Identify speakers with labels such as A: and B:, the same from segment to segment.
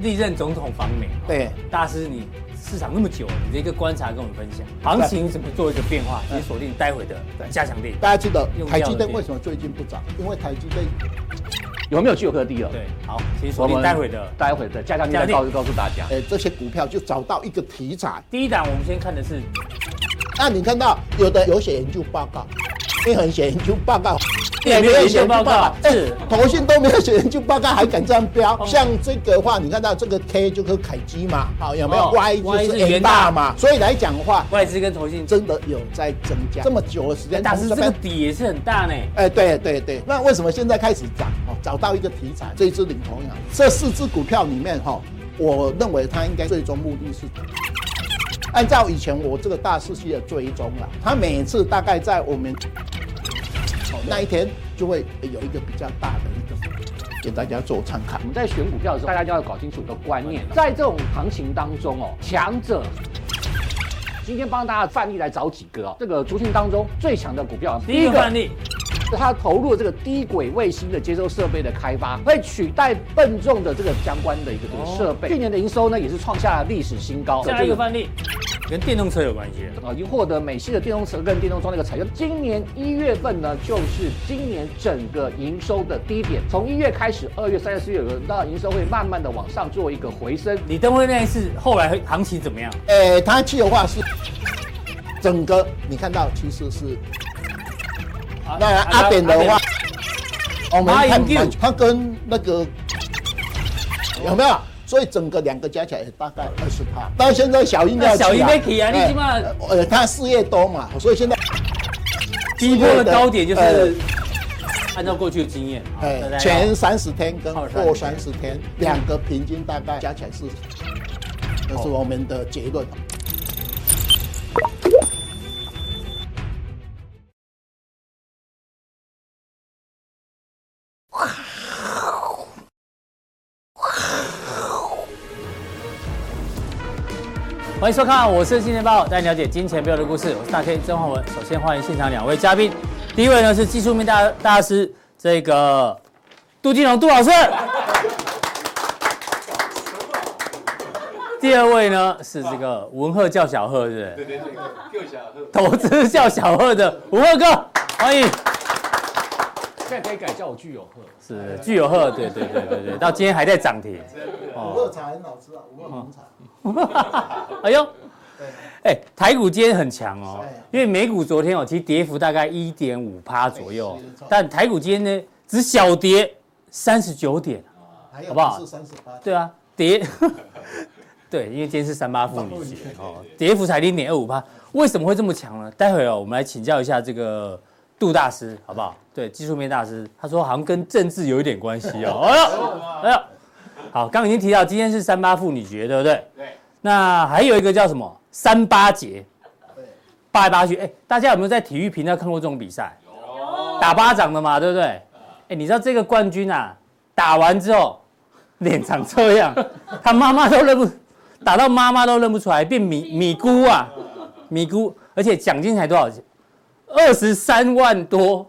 A: 历任总统访美，
B: 对，
A: 大师你市场那么久，你的一个观察跟我们分享，行情怎么做一个变化，也锁定待会的加强力。
B: 大家知道
A: 用药的
B: 台积电
A: 电
B: 为什么最近不涨？因为台积电
C: 有没有具有科低了？
A: 对，好，请
C: 我
A: 锁定
C: 们
A: 待会的
C: 待会的加强力
A: 加
C: 再
A: 强力
C: 告诉告诉大家。
B: 哎这些股票就找到一个题材。
A: 第一档，我们先看的是
B: 那你看到有的有写研究报告，你很写研究报告，
A: 也没有研究报告
B: 哎
A: 是
B: 投信都没有写研究报告，还敢这样标？
A: 哦
B: 像这个的话，你看到这个 K 就是凯基嘛，好有没有
A: 哦
B: ？Y
A: Y
B: 就是是元
A: 元大
B: 大嘛，所以来讲的话，
A: 外资跟投信，哎
B: 真的有在增加。这么久的时间，
A: 大
B: 从
A: 师
B: 这
A: 这个
B: 边
A: 底也是很大呢。
B: 哎，对对对，那为什么现在开始涨？哦，找到一个题材，这一只领头羊，这四只股票里面哈、哦，我认为它应该最终目的是。按照以前我这个大师系的追踪啦，他每次大概在我们哦那一天就会有一个比较大的一个给大家做参考
C: 我。们在选股票的时候，大家就要搞清楚一个观念，在这种行情当中哦，强者。今天帮大家范例来找几个哦，这个族群当中最强的股票，
A: 第一个范例，
C: 它投入了这个低轨卫星的接收设备的开发，会取代笨重的这个相关的一个这个设备。去年的营收呢，也是创下了历史新
B: 哦
C: 高。
A: 哦下一个范例跟电动车有关系的。
C: 啊，已经获得美系的电动车跟电动装的一个采用。今年一月份呢，就是今年整个营收的低点，从一月开始，二月、三月、四月，那营收会慢慢的往上做一个回升。
A: 李登辉那一次后来行情怎么样？
B: 诶、哎它计划是整个你看到其实是那
A: 啊
B: 阿扁的话，，我们看
A: 马英九
B: 它跟那个有没有？所以整个两个加起来大概二十趴。到现在小英要
A: 那小
B: 起
A: 英
B: 来
A: 没起啊，你起码
B: 哎呃，他四月多嘛，所以现在
A: 第一波的高点就是
B: 呃
A: 按照过去的经验，好
B: 哎、
A: 大家要
B: 前三十天跟
A: 后30
B: 后三十天两个平均大概加起来是，这是我们的结论。
A: 欢迎收看，我是金钱豹，带你了解金钱背后的故事。我是大 K 曾焕文。首先欢迎现场两位嘉宾，第一位呢是技术面大大师这个杜金龙杜老师，第二位呢是这个文鹤叫小鹤，是不是？对对对，叫小鹤。投资叫小鹤的文鹤哥，欢迎。
C: 现在可以改叫我具有鹤。
A: 是具有鹤，对对对对对，到今天还在涨停。
B: 五二茶很好吃啊，五二红茶。
A: 哎呦，哎，台股今天很强哦
B: 是，
A: 因为美股昨天哦，其实跌幅大概一点五趴左右哦
B: 没错，
A: 但台股今天呢只小跌三十九点，哦
B: 还
A: 好
B: 有
A: 不好
B: 是三十八，
A: 对啊，跌， 对，因为今天是三八妇女节哦，跌幅才零点二五趴，为什么会这么强呢？待会儿哦，我们来请教一下这个杜大师，好不好？对，技术面大师，他说好像跟政治有一点关系哦。哎呦，哎呦，好，刚刚已经提到今天是三八妇女节，对不对？对。那还有一个叫什么三八节，八来八去，哎，大家有没有在体育频道看过这种比赛？打巴掌的嘛，对不对？哎，你知道这个冠军啊，打完之后脸长这样， 他妈妈都认不，打到妈妈都认不出来，变米米姑啊，米姑，而且奖金才多少钱？二十三万多，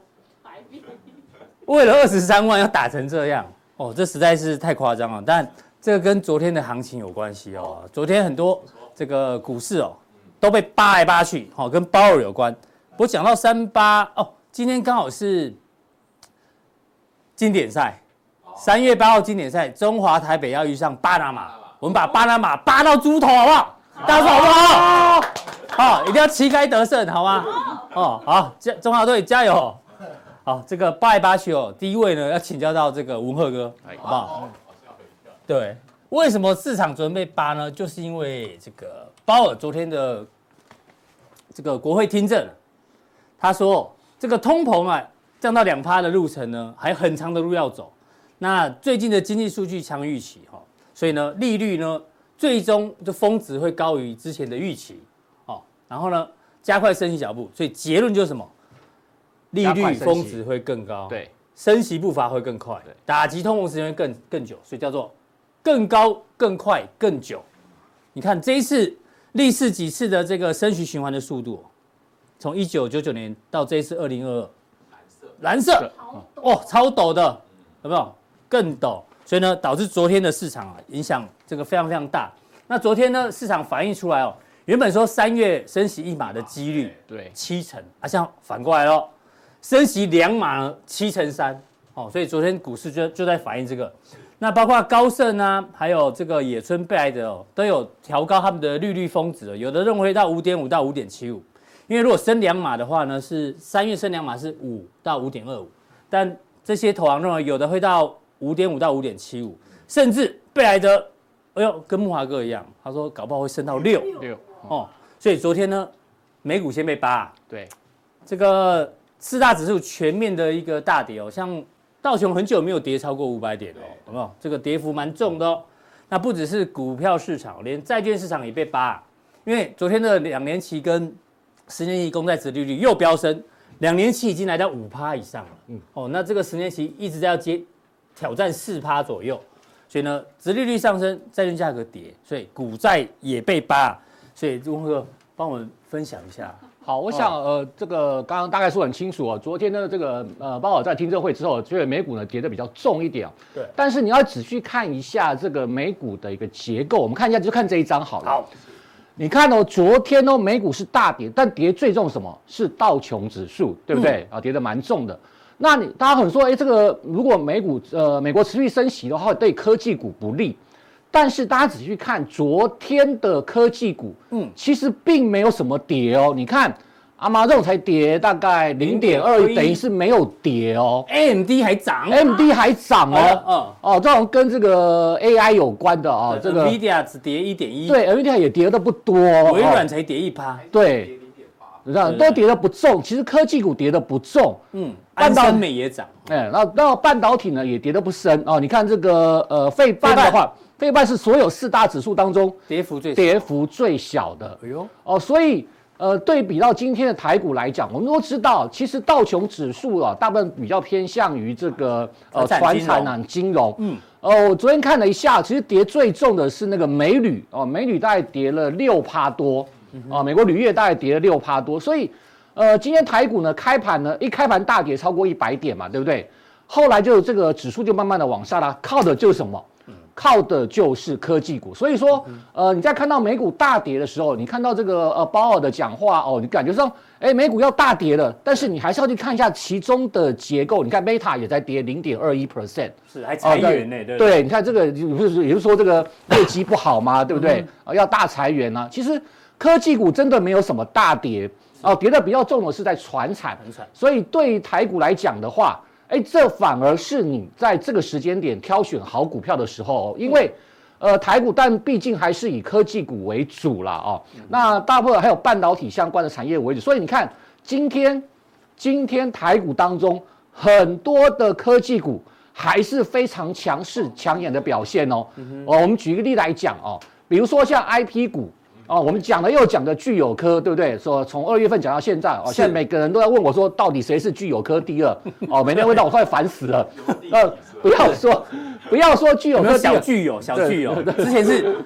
A: 为了二十三万要打成这样，哦，这实在是太夸张了。但这个跟昨天的行情有关系哦，昨天很多这个股市哦都被扒来扒去，哦，跟鲍尔有关。不过讲到三八哦，今天刚好是经典赛。三月八号经典赛，中华台北要遇上巴拿马，我们把巴拿马扒到猪头好不好？大家说好不好？好，一定要旗开得胜，好吗？哦，好，加中华队加油！好，这个八来八去哦，第一位呢要请教到这个文鹤哥，好不好？对，为什么市场准备扒呢？就是因为这个鲍尔昨天的这个国会听证，他说这个通膨啊降到两趴的路程呢，还有很长的路要走。那最近的经济数据强于预期哈、哦，所以呢，利率呢最终的峰值会高于之前的预期哦。然后呢，加快升息脚步，所以结论就是什么？利
C: 加
A: 率
C: 快升息
A: 峰值会更高，，
C: 对，
A: 升息步伐会更快，打击通膨时间会更更久，所以叫做更高、更快、更久。你看这一次历次几次的这个升息循环的速度哦，从一九九九年到这一次二零二二，蓝色，蓝色，哦，超陡的，有没有？更陡。所以呢，导致昨天的市场啊影响这个非常非常大。那昨天呢，市场反映出来哦，原本说三月升息一码的几率
C: 对，
A: 七成，啊，像反过来喽，升息两码呢七成三，哦，所以昨天股市就就在反映这个。那包括高盛啊，还有这个野村贝莱德哦，都有调高他们的利率峰值哦，有的认为到五点五到五点七五，因为如果升两码的话呢，是三月升两码是五到五点二五，但这些投行认为有的会到五点五到五点七五，甚至贝莱德，哎呦，跟木华哥一样，他说搞不好会升到六
C: 六，
A: 哦，所以昨天呢，美股先被扒、
C: 对，
A: 这个四大指数全面的一个大跌哦，像道琼很久没有跌超过五百点哦，有没有？这个跌幅蛮重的哦。那不只是股票市场，连债券市场也被扒、啊因为昨天的两年期跟十年期公债值利率又飙升，两年期已经来到五趴以上了。哦，那这个十年期一直在要接挑战四趴左右，所以呢，殖利率上升，债券价格跌，所以股债也被扒。啊所以钟哥帮我们分享一下，
C: 好，我想
A: 哦
C: 呃，这个刚刚大概说很清楚哦。昨天呢，这个呃，鲍尔在听证会之后，觉得美股呢跌得比较重一点、哦。
A: 对
C: 但是你要仔细看一下这个美股的一个结构，我们看一下，就看这一张好了。
A: 好，
C: 你看哦，昨天哦，美股是大跌，但跌最重什么？是道琼指数，对
A: 嗯
C: 不对？啊，跌得蛮重的。那你大家可能说，哎，这个如果美股呃美国持续升息的话，对科技股不利。但是大家仔细去看昨天的科技股，嗯，其实并没有什么跌哦。你看，阿玛这种才跌大概零点二，哎
A: 0.21
C: 等于是没有跌哦。
A: AMD 还涨
C: M D 还涨哦，
A: 哦
C: 哦，这种跟这个 A I 有关的哦，这个
A: 呃 Nvidia 只跌一点一，，
C: 对 M D 也跌的不多哦，
A: 微软才跌一趴，
C: 对，你看都跌的不重，其实科技股跌的不重，
A: 嗯，
C: 半
A: 安
C: 导
A: 森美也涨，
C: 哎，那那半导体呢也跌的不深哦。你看这个呃，费半的话，费半是所有四大指数当中
A: 跌幅最，
C: 跌幅最小的
A: 哎呦，
C: 哦，所以。呃，对比到今天的台股来讲，我们都知道，其实道琼指数啊，大部分比较偏向于这个呃
A: 传
C: 传
A: 产金
C: 产啊、金融。嗯。哦，我昨天看了一下，其实跌最重的是那个美铝哦，美铝大概跌了六趴多，哦，美国铝业大概跌了六趴多，所以呃，今天台股呢开盘呢一开盘大跌超过一百点嘛，对不对？后来就这个指数就慢慢的往下拉，靠的就是什么？靠的就是科技股，所以说，呃，你在看到美股大跌的时候，你看到这个呃鲍尔的讲话哦，你感觉上，哎，美股要大跌了，但是你还是要去看一下其中的结构。你看 Meta 也在跌零点二一 percent，
A: 是还裁员呢，哦对
C: 哦对
A: 不对，
C: 你看这个就是也就是说这个业绩不好
A: 嗯
C: 嘛，对不对？啊，要大裁员啊。其实科技股真的没有什么大跌啊，跌的比较重的是在船产，
A: 船产
C: 所以对于台股来讲的话，哎，这反而是你在这个时间点挑选好股票的时候哦，
A: 嗯
C: 因为。呃，台股，但毕竟还是以科技股为主啦，哦，
A: 嗯
C: 那大部分还有半导体相关的产业为主，所以你看今天今天台股当中很多的科技股还是非常强势、抢眼的表现哦。
A: 嗯
C: 哦，我们举个例来讲哦，比如说像 IP 股哦，我们讲了又讲的具有科，对不对？说从二月份讲到现在哦，现在每个人都在问我说，到底谁是具有科第二？哦，每天问到我快烦 死了。呃，不要说不要说具有
A: 有没
C: 科
A: 有
C: 第二
A: 小巨友？小巨友之前是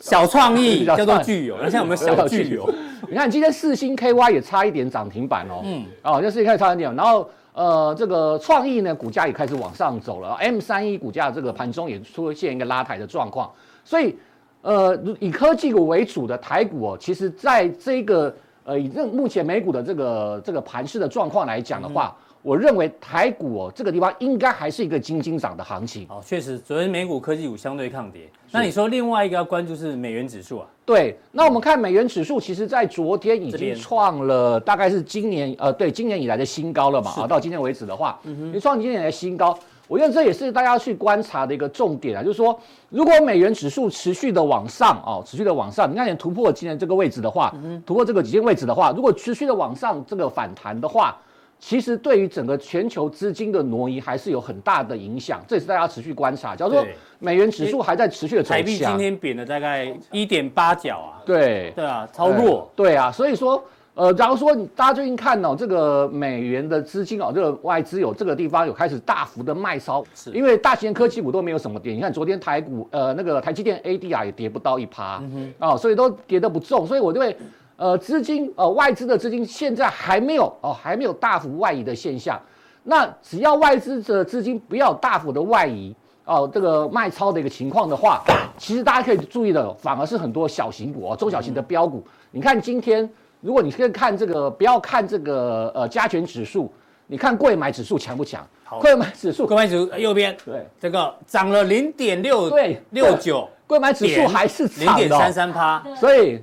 A: 小创意
C: 小
A: 叫
C: 创
A: 做
C: 意
A: 巨友，那现在有没有小巨友？
C: 你看今天四星 KY 也差一点涨停板哦，嗯，哦，这四星 KY 差一点，然后呃，这个创意呢股价也开始往上走了，M 哦三一股价这个盘中也出现一个拉抬的状况，所以呃，以科技股为主的台股哦，其实在这个呃以这目前美股的这个这个盘势的状况来讲的
A: 嗯
C: 话，我认为台股哦这个地方应该还是一个金金涨的行情。
A: 好，哦确实，昨天美股科技股相对抗跌。那你说另外一个要关注是美元指数啊，
C: 对，那我们看美元指数，其实在昨天已
A: 这
C: 经
A: 边
C: 创了大概是今年呃对今年以来的新高了嘛啊，到今天为止的话，
A: 嗯
C: 你创今年以来的新高，我觉得这也是大家去观察的一个重点啊，就是说如果美元指数持续的往上哦，持续的往上，你看你突破今年这个位置的
A: 嗯
C: 话，突破这个极限位置的话，如果持续的往上这个反弹的话。其实对于整个全球资金的挪移还是有很大的影响，这也是大家持续观察。假如说
A: 对
C: 美元指数还在持续的走
A: 台币今
C: 强，
A: 天贬了大概一点八角啊，
C: 对，
A: 对啊，超弱。
C: 对啊，所以说，呃，假如说你大家最近看哦，这个美元的资金哦，这个外资有这个地方有开始大幅的卖超，
A: 是
C: 因为大型科技股都没有什么跌。你看昨天台股，呃，那个台积电 ADR 也跌不到一趴，
A: 嗯
C: 哦，所以都跌得不重，所以我对。呃，资金呃，外资的资金现在还没有哦，还没有大幅外移的现象。那只要外资的资金不要大幅的外移，哦这个卖超的一个情况的话， 其实大家可以注意的，反而是很多小型股哦，中小型的标股。你看今天，如果你可以看这个，不要看这个呃加权指数，你看贵买指数强不强？贵买指数
A: 购，买指数右边，
C: 对
A: 这个涨了零点六
C: 对
A: 六九，
C: 贵买指数还是
A: 零
C: 涨
A: 点
C: 的哦、
A: 三三趴，
C: 所以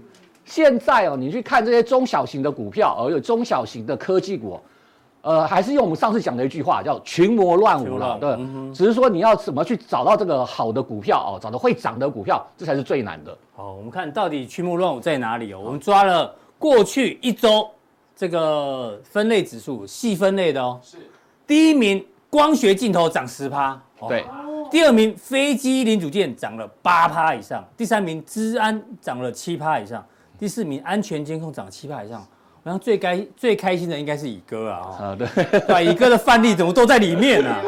C: 现在哦，你去看这些中小型的股票，哦而、有中小型的科技股哦、呃，还是用我们上次讲的一句话，叫群魔乱
A: 群
C: 舞
A: 魔
C: 了
A: 乱，舞嗯
C: 对，只是说你要怎么去找到这个好的股票哦，找到会涨的股票，这才是最难的。
A: 好，我们看到底群魔乱舞在哪里哦？我们抓了过去一周这个分类指数细分类的哦，是第一名光学镜头涨十趴，哦
C: 对，
A: 第二名飞机零组件涨了八趴以上，第三名治安涨了七趴以上，第四名安全监控涨七趴以上。然后最该最开心的应该是乙哥啊、 哦，
C: 啊、对，
A: 对，乙哥的范例怎么都在里面呢、啊？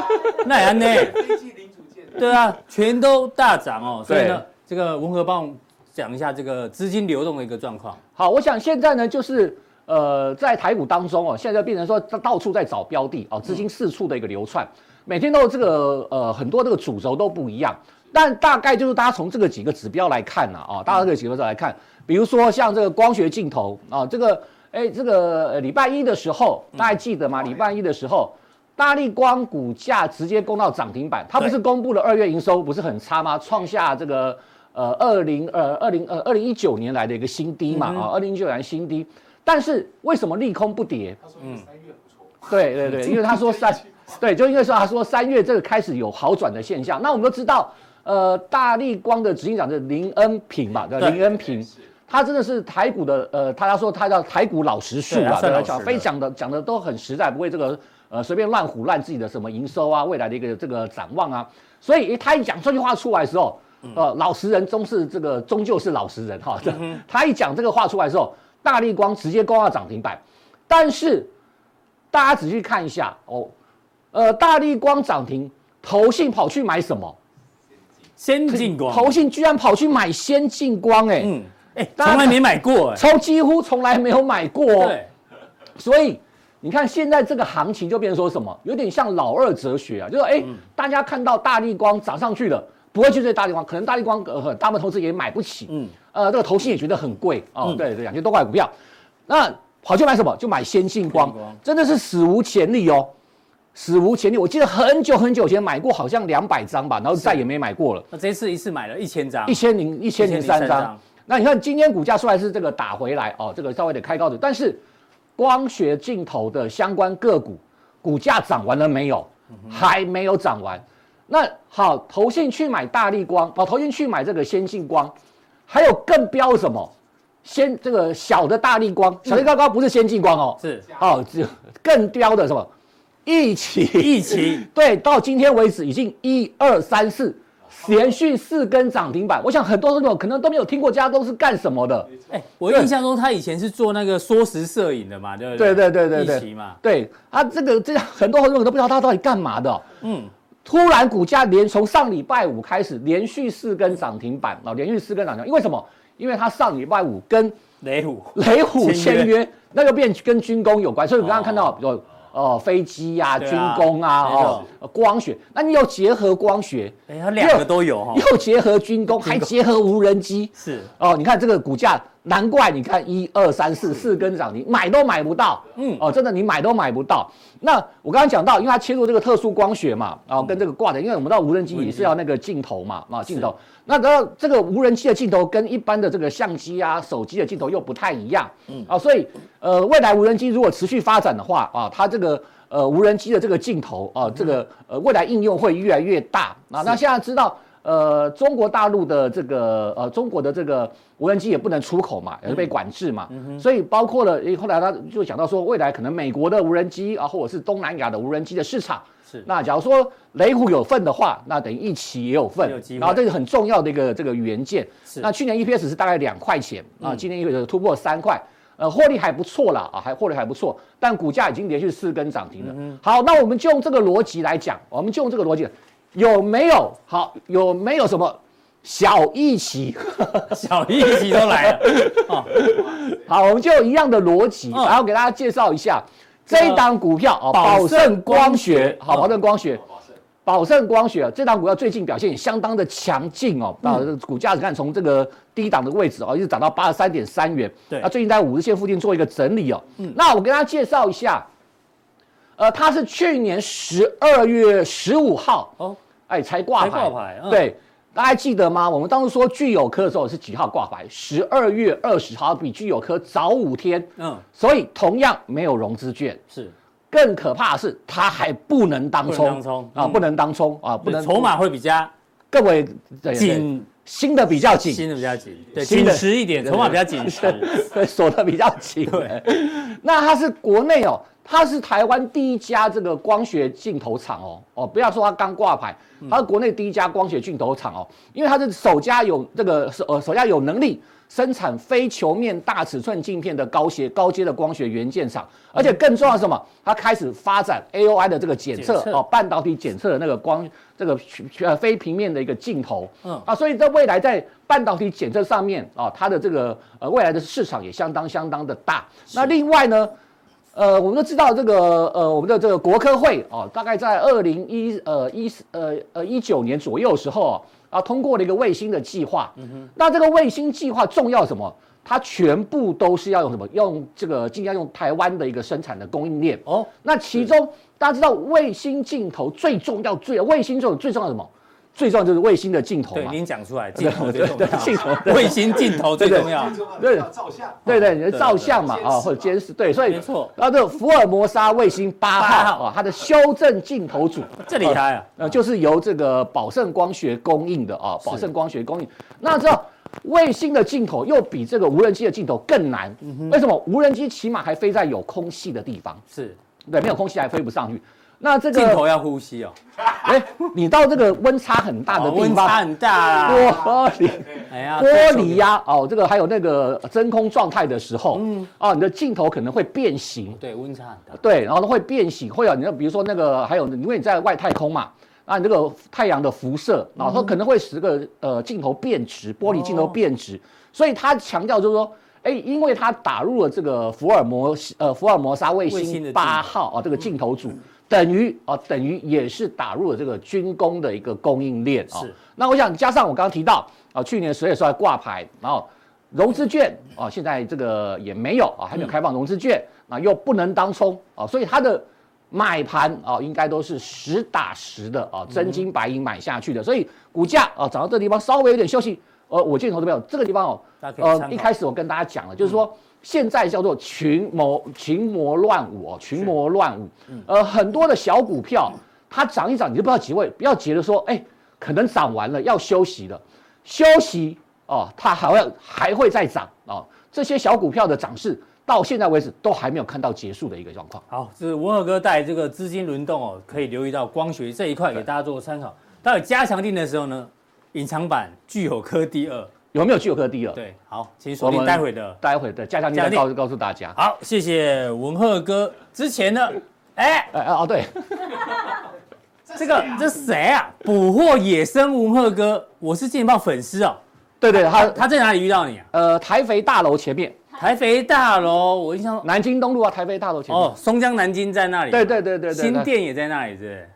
A: 那也安 呢？
D: 飞机零组件
A: 对啊，全都大涨哦。所
C: 对
A: 以呢，这个文和帮我们讲一下这个资金流动的一个状况。
C: 好，我想现在呢，就是呃，在台股当中哦，现在变成说到到处在找标的哦，资金四处的一个流窜，每天都有这个呃很多这个主轴都不一样，但大概就是大家从这个几个指标来看呐啊、哦，大家这个几个指标来看，比如说像这个光学镜头啊、这个哎这个呃礼拜一的时候，大家记得吗？礼拜一的时候。大力光股价直接攻到涨停板，它不是公布了二月营收不是很差吗？创下这个呃二零呃二零呃二零一九年来的一个新低嘛啊，二零一九年新低。但是为什么利空不跌？
D: 他说你三月不错，
C: 对对对，因为他说三，对，就因为说他说三月这个开始有好转的现象。那我们都知道，呃，大力光的执行长是林恩平嘛，对吧，
A: 对
C: 林恩平，他真的是台股的，呃，他他说他叫台股老实树
A: 对
C: 啊
A: 他，算
C: 吧
A: 老实
C: 讲
A: 的
C: 非讲的讲的都很实在，不会这个呃随便乱胡乱自己的什么营收啊，未来的一个这个展望啊。所以诶他一讲这句话出来的时候，
A: 嗯
C: 呃，老实人终是这个终究是老实人哈。这 他一讲这个话出来的时候，大力光直接攻到涨停板，但是大家仔细看一下哦，呃，大力光涨停，投信跑去买什么？
A: 先进光，
C: 投信居然跑去买先进光、哎、
A: 嗯，哎，
C: 大家
A: 从来没买过哎。
C: 从几乎从来没有买过、哦。
A: 对，
C: 所以你看现在这个行情就变成说什么，有点像老二哲学啊，就是哎、
A: 嗯
C: 大家看到大力光涨上去了，不会去追大力光，可能大力光呃大部分投资人也买不起，
A: 嗯，
C: 呃这个投信也觉得很贵哦，
A: 嗯
C: 对对，两千多块股票，那跑去买什么？就买先进光
A: 先进光，
C: 真的是史无前例哦。史无前例，我记得很久很久以前买过，好像两百张吧，然后再也没买过了。
A: 那这次一次买了一千张
C: 一，千零一千零三
A: 1003
C: 张
A: 张。
C: 那你看今天股价虽然是这个打回来哦，这个稍微得开高点，但是光学镜头的相关个股股价涨完了没有？还没有涨完。那好，投信去买大力光，哦，投信去买这个先进光，还有更标什么？先这个小的大力光，小的高高不是先进光哦，
A: 是
C: 哦，只有更标的什么？一起
A: 一起
C: 对，到今天为止已经一二三四连续四根涨停板。我想很多朋友可能都没有听过，这家都是干什么的？
A: 哎，我印象中他以前是做那个缩时摄影的嘛，对不
C: 对
A: 对？
C: 对对对对，
A: 一起嘛，
C: 对，啊，这个这家很多很多人都不知道他到底干嘛的哦、
A: 嗯，
C: 突然股价连从上礼拜五开始连续四根涨停板啊、连续四根涨停板，因为什么？因为他上礼拜五跟
A: 雷虎
C: 雷虎
A: 签约
C: 签约，那就变跟军工有关，所以你刚刚
A: 哦
C: 看到有呃飞机呀、
A: 对
C: 军
A: 啊
C: 工啊、
A: 没错
C: 哦呃光学，那你有结合光学，
A: 哎，他两个都有哈，
C: 又结合军工，还结合无人机。
A: 是
C: 哦，你看这个股价，难怪你看一二三四四根涨停，买都买不到。嗯
A: 嗯，
C: 哦，真的你买都买不到。那我刚刚讲到，因为它切入这个特殊光学嘛，啊、跟这个挂的，因为我们知道无人机也是要那个镜头嘛，啊，镜头。那然后这个无人机的镜头跟一般的这个相机啊、手机的镜头又不太一样。嗯，啊，所以呃，未来无人机如果持续发展的话，啊，它这个。呃，无人机的这个镜头啊，这个呃，未来应用会越来越大啊。那现在知道，呃，中国大陆的这个呃，中国的这个无人机也不能出口嘛，也是被管制嘛，所以包括了诶后来他就讲到说，未来可能美国的无人机啊，或者是东南亚的无人机的市场。
A: 是
C: 那假如说雷虎有份的话，那等于一起也有份
A: 也有机，会
C: 然后这个很重要的一个这个元件。
A: 是嗯
C: 那去年 EPS 是大概两块钱啊，今年 EPS 突破三块，呃，获利还不错啦啊，还获利还不错，但股价已经连续四根涨
A: 嗯
C: 停了。好，那我们就用这个逻辑来讲，哦我们就用这个逻辑，有没有好有没有什么小一起？
A: 小一起都来了， 哦，
C: 好，我们就一样的逻辑，
A: 嗯
C: 然后给大家介绍一下
A: 这个
C: 这一档股票啊，
A: 宝盛
C: 宝盛光
A: 光
C: 学
A: 学，
C: 好，
A: 嗯
C: 哦宝盛光学，宝盛光学这档股票最近表现也相当的强劲
A: 嗯
C: 哦，啊，股价你看从这个低档的位置哦，一直涨到八十三点三元，
A: 对嗯
C: 那最近在五日线附近做一个整理哦。那我跟大家介绍一下，呃，它是去年十二月十五号，
A: 哦，
C: 哎，才挂牌，
A: 才挂牌嗯
C: 对。大家还记得吗？我们当时说聚友科的时候是几号挂牌？十二月二十号，比聚友科早五天，
A: 嗯，
C: 所以同样没有融资券。
A: 是
C: 更可怕的是，它还不能当
A: 不能
C: 冲
A: 当冲
C: 啊，
A: 嗯
C: 不能当冲啊，不
A: 对
C: 能
A: 筹码会比较
C: 更为对对
A: 紧，
C: 新的比较紧，
A: 新的比较紧，对，
C: 新
A: 紧
C: 的
A: 实一点，筹码比较紧 实，
C: 对，锁的比较紧。对，那它是国内哦，它是台湾第一家这个光学镜头厂哦哦，不要说它刚挂牌，
A: 嗯
C: 它是国内第一家光学镜头厂哦，因为它是首家有这个首呃首家有能力。生产非球面大尺寸镜片的高阶高阶的光学元件厂，而且更重要的是什么？它开始发展 AOI 的这个检测
A: 检测
C: 哦，半导体检测的那个光这个呃非平面的一个镜头，
A: 嗯
C: 嗯啊，所以在未来在半导体检测上面啊，它的这个呃未来的市场也相当相当的大。那另外呢，呃，我们都知道这个呃我们的这个国科会啊，大概在二零一呃一呃呃一九年左右的时候啊，啊通过了一个卫星的计划，那这个卫星计划重要什么？它全部都是要用什么？用这个尽量用台湾的一个生产的供应链
A: 哦
C: 那其中大家知道，卫星镜头最重要、最卫星镜头最重要是什么？最重要就是卫星的镜头
A: 对，
C: 嘛。
A: 您讲出来，镜头最
C: 对
A: 重
C: 对
A: 要，
C: 镜头
A: 卫星镜头最重 要
D: 最，重要
C: 对
D: 的要照相，
C: 对对，你的
A: 哦对
C: 照相嘛
D: 对监视
C: 啊，或者
D: 嘛
C: 监视，对，所以
A: 哦没错
C: 然后这个福尔摩沙卫星八
A: 八
C: 号
A: 号
C: 啊，它的修正镜头组，
A: 这厉害啊，
C: 呃，就是由这个宝盛光学供应的啊，宝盛光学供应。那这卫星的镜头又比这个无人机的镜头更难，
A: 嗯
C: 为什么？无人机起码还飞在有空隙的地方，
A: 是
C: 对，没有空隙还飞不上去。那这个
A: 镜头要呼吸哦，
C: 哎，你到这个温差很大的
A: 哦
C: 地方，
A: 温差很大啊，
C: 玻璃
A: 哎呀，
C: 玻璃呀、哦，这个还有那个真空状态的时候，嗯，啊，你的镜头可能会变形，
A: 对，温差很大，
C: 对，然后它会变形，会有你的比如说那个还有，因为你在外太空嘛，啊，你这个太阳的辐射，然后可能会使这个呃镜头变直，玻璃镜
A: 哦
C: 头变直，所以它强调就是说。哎，因为它打入了这个福尔摩呃福尔摩沙卫
A: 卫星的
C: 星
A: 镜头
C: 八号啊、这个镜头组，等于啊、等于也是打入了这个军工的一个供应链啊、
A: 是
C: 那我想加上我刚刚提到啊、去年十月的时候还挂牌，然后融资券啊、现在这个也没有啊、还没有开放融资券，啊、又不能当冲啊、所以它的买盘啊、应该都是实打实的啊、真金白银买下去的，所以股价啊、涨到这地方稍微有点休息，呃，我建议投资朋友这个地方哦，
A: 大家可以参考嗯
C: 一开始我跟大家讲了，就是说。现在叫做群谋群魔乱舞哦，群魔乱舞。
A: 嗯
C: 呃，很多的小股票，它涨一涨，你就不要急位，不要急着说，哎，可能涨完了要休息了，休息哦，它还要还会再涨哦。这些小股票的涨势到现在为止都还没有看到结束的一个状况。
A: 好，这是文和哥带这个资金轮动哦，可以留意到光学这一块给大家做个参考。到有加强定的时候呢，隐藏版具有科第二，
C: 有没有巨有科第二？，
A: 对，好，请锁定待会的
C: 待会的加强力再
A: 加啊强
C: 告告诉大家。
A: 好，谢谢文鹤哥。之前呢，哎，
C: 哎哎哦对，
A: 这个这谁啊？捕获野生文鹤哥，我是健报粉丝哦。
C: 对对，他
A: 他在哪里遇到你啊？
C: 呃台肥大楼前面，
A: 台肥大楼，我印象
C: 南京东路啊，台肥大楼前面。
A: 哦，松江南京在那里。
C: 对对对对对对
A: 新店也在那里，是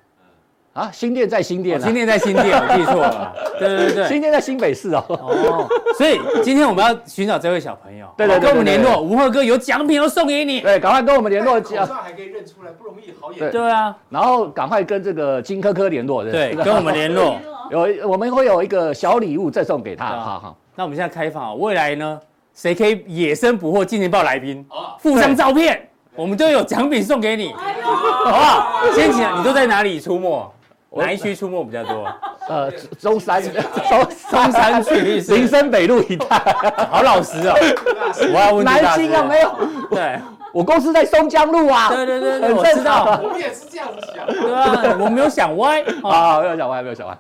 C: 啊，新店在新
A: 不是？
C: 店
A: 哦
C: 啊，
A: 新店在新店，我记错 了。对对对
C: 新
A: 对。
C: 店在新北市哦。
A: 哦，所以今天我们要寻找这位小朋友，哦
C: 对对对
A: 跟我们
C: 对
A: 联
C: 对
A: 络。文鹤哥有奖品要送给你。
C: 对，赶快跟我们联络
D: 戴，口罩还可以认出来，不容易，好眼
C: 对
D: 睛。
A: 啊对啊，
C: 然后赶快跟这个金科科联络。
A: 对，跟我们联络。
C: 有我们会 有一个小礼物赠送给他，
A: 对啊
C: 好好。
A: 那我们现在开放啊，未来呢，谁可以野生捕获《金钱豹》来宾
D: 啊，
A: 附上照片，我们都有奖品送给你，好
E: 哦哎呦，
A: 不好？先请，你都在哪里出没？
C: 我
A: 哪一区出没比较多？
C: 呃，中山 中
A: 中山区是
C: 林森北路一带，
A: 好老实 哦，我要问
C: 南京啊没
A: 有？
C: 有，
A: 对，
C: 我公司在松江路啊。
A: 对对对对，
C: 很
A: 我知
C: 正常
A: 道，
D: 我们也是这样子想。
A: 对啊，我没有想 歪啊。
C: 啊，没有讲完，没有讲完。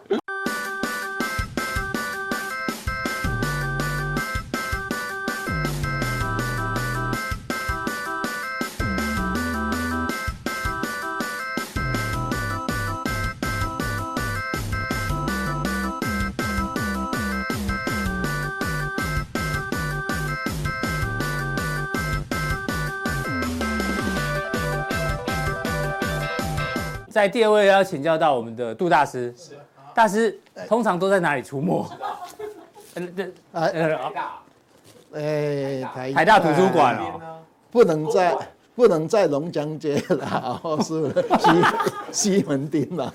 A: 在第二位要请教到我们的杜大师，大师
B: 哎
A: 通常都在哪里出 没？呃这呃
B: 啊，
D: 大
B: 哎，台
A: 台大图书馆
D: 那边
A: 哦，
D: 呢？
B: 不能在不能在龙江街了， 哦是不是西 西门町了？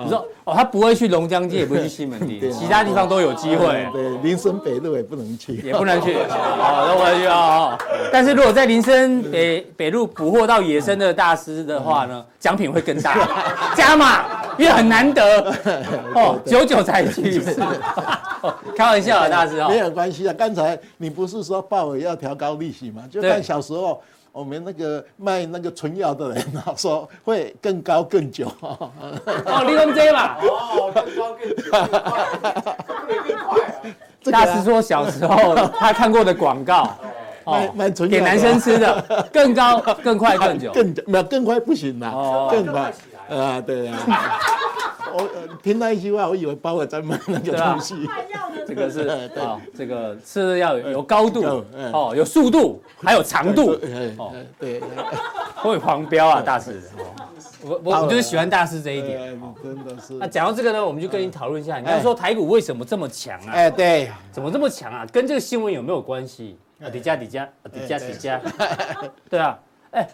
A: 你说哦，他不会去龙江街，也不会去西门町，
B: 对啊
A: 其他地方都有机会。
B: 对，林森北路也不能去
A: 也。不 能去，哦，都不能去哦。哦但是如果在林森北北路捕获到野生的大师的话呢，
B: 嗯
A: 奖品会更大，加码，因为很难 得哦，久久才去一次。哦开玩笑啊，大师
B: 没
A: 哦，
B: 有关系啊。刚才你不是说鲍尔要调高利息吗？就
A: 对
B: 看小时候我们那个卖那个纯药的人啊，说会更高更久。
A: 哦，利用这嘛。
D: 哦，更高更久更快，不能更快啊。
B: 这个啊
A: 大师说小时候他看过的广告，
B: 卖卖纯
A: 哦给
B: 药的啊
A: 男生吃 的，更高、更快、更久。
B: 更久没有更快不行啦
A: 哦，
B: 更
D: 更快
B: 快
D: 起来
B: 啊，对啊。 我呃听到一句话，我以为鲍尔在卖那个
A: 对啊
B: 东西。
E: 卖药的
A: 这个是啊
B: 对对、
A: 这个吃的要有有高度
B: 嗯
A: 哦，有速度，还有长度。
B: 哎
A: 哦
B: 哎 对，
A: 会狂飙啊，大师！我我我就是喜欢大师这一点。
B: 哎真的是
A: 那。讲到这个呢，我们就跟你讨论一下，你刚才说台股为什么这么强啊？
B: 哎，对，
A: 怎么这么强啊？跟这个新闻有没有关系？啊，底价底价啊底价
B: 哎对
A: 底价， 对啊，哎，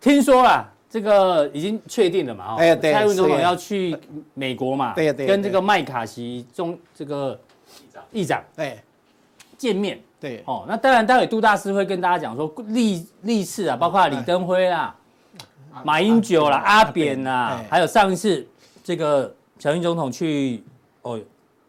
A: 听说啊，这个已经确定了嘛？哦，
B: 哎对
A: 蔡英文总统
B: 是
A: 要去美国嘛？
B: 对对
A: 跟这个麦卡锡中这个议长
B: 哎，
A: 见面。
B: 对，
A: 哦，那当然，待会杜大师会跟大家讲说历历次
B: 嗯
A: 啊，包括李登辉啦、马英九啦、阿扁啦
B: 哎，
A: 还有上一次这个小英总统去哦，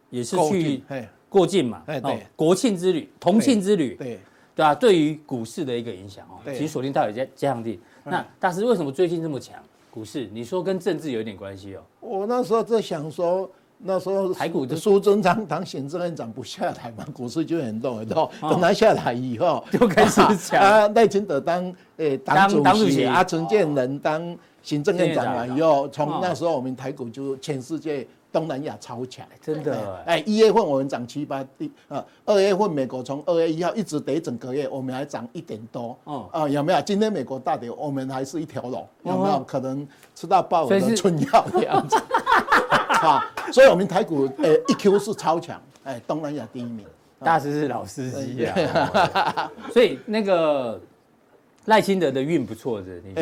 A: 也是
B: 够
A: 去
B: 劲哎，
A: 过境嘛，
B: 哎
A: 哦
B: 对，
A: 国庆之旅、同庆之旅，
B: 对，
A: 对啊，对于股市的一个影响哦，
B: 对嗯
A: 其实锁定到底在这样地。那大师为什么最近这么强？股市，你说跟政治有一点关系哦，
B: 我那时候在想说，那时候
A: 台股就
B: 苏贞昌当行政院长不下来嘛，股市就很动很动。等他下来以后，
A: 哦 就开始强
B: 啊，赖清德当诶党
A: 当
B: 主
A: 党主席
B: 席，啊，陈建仁当行政院长完以后，
A: 哦
B: 从那时候我们台股就全世界东南亚超强。
A: 真的哎，
B: 哎，一月份我们涨七八第呃，二月份美国从二月一号一直跌整个月，我们还涨一点多。
A: 哦
B: 哦，啊，有没有？今天美国大跌，我们还是一条龙，有没
A: 哦
B: 有？可能吃到爆
A: 所以
B: 的
A: 是
B: 春药的样 子。啊，所以我们台股呃一 Q 是超强，哎，东南亚第一名。
A: 大师是老司机啊， 所以那个赖清德的运不错的，你觉得？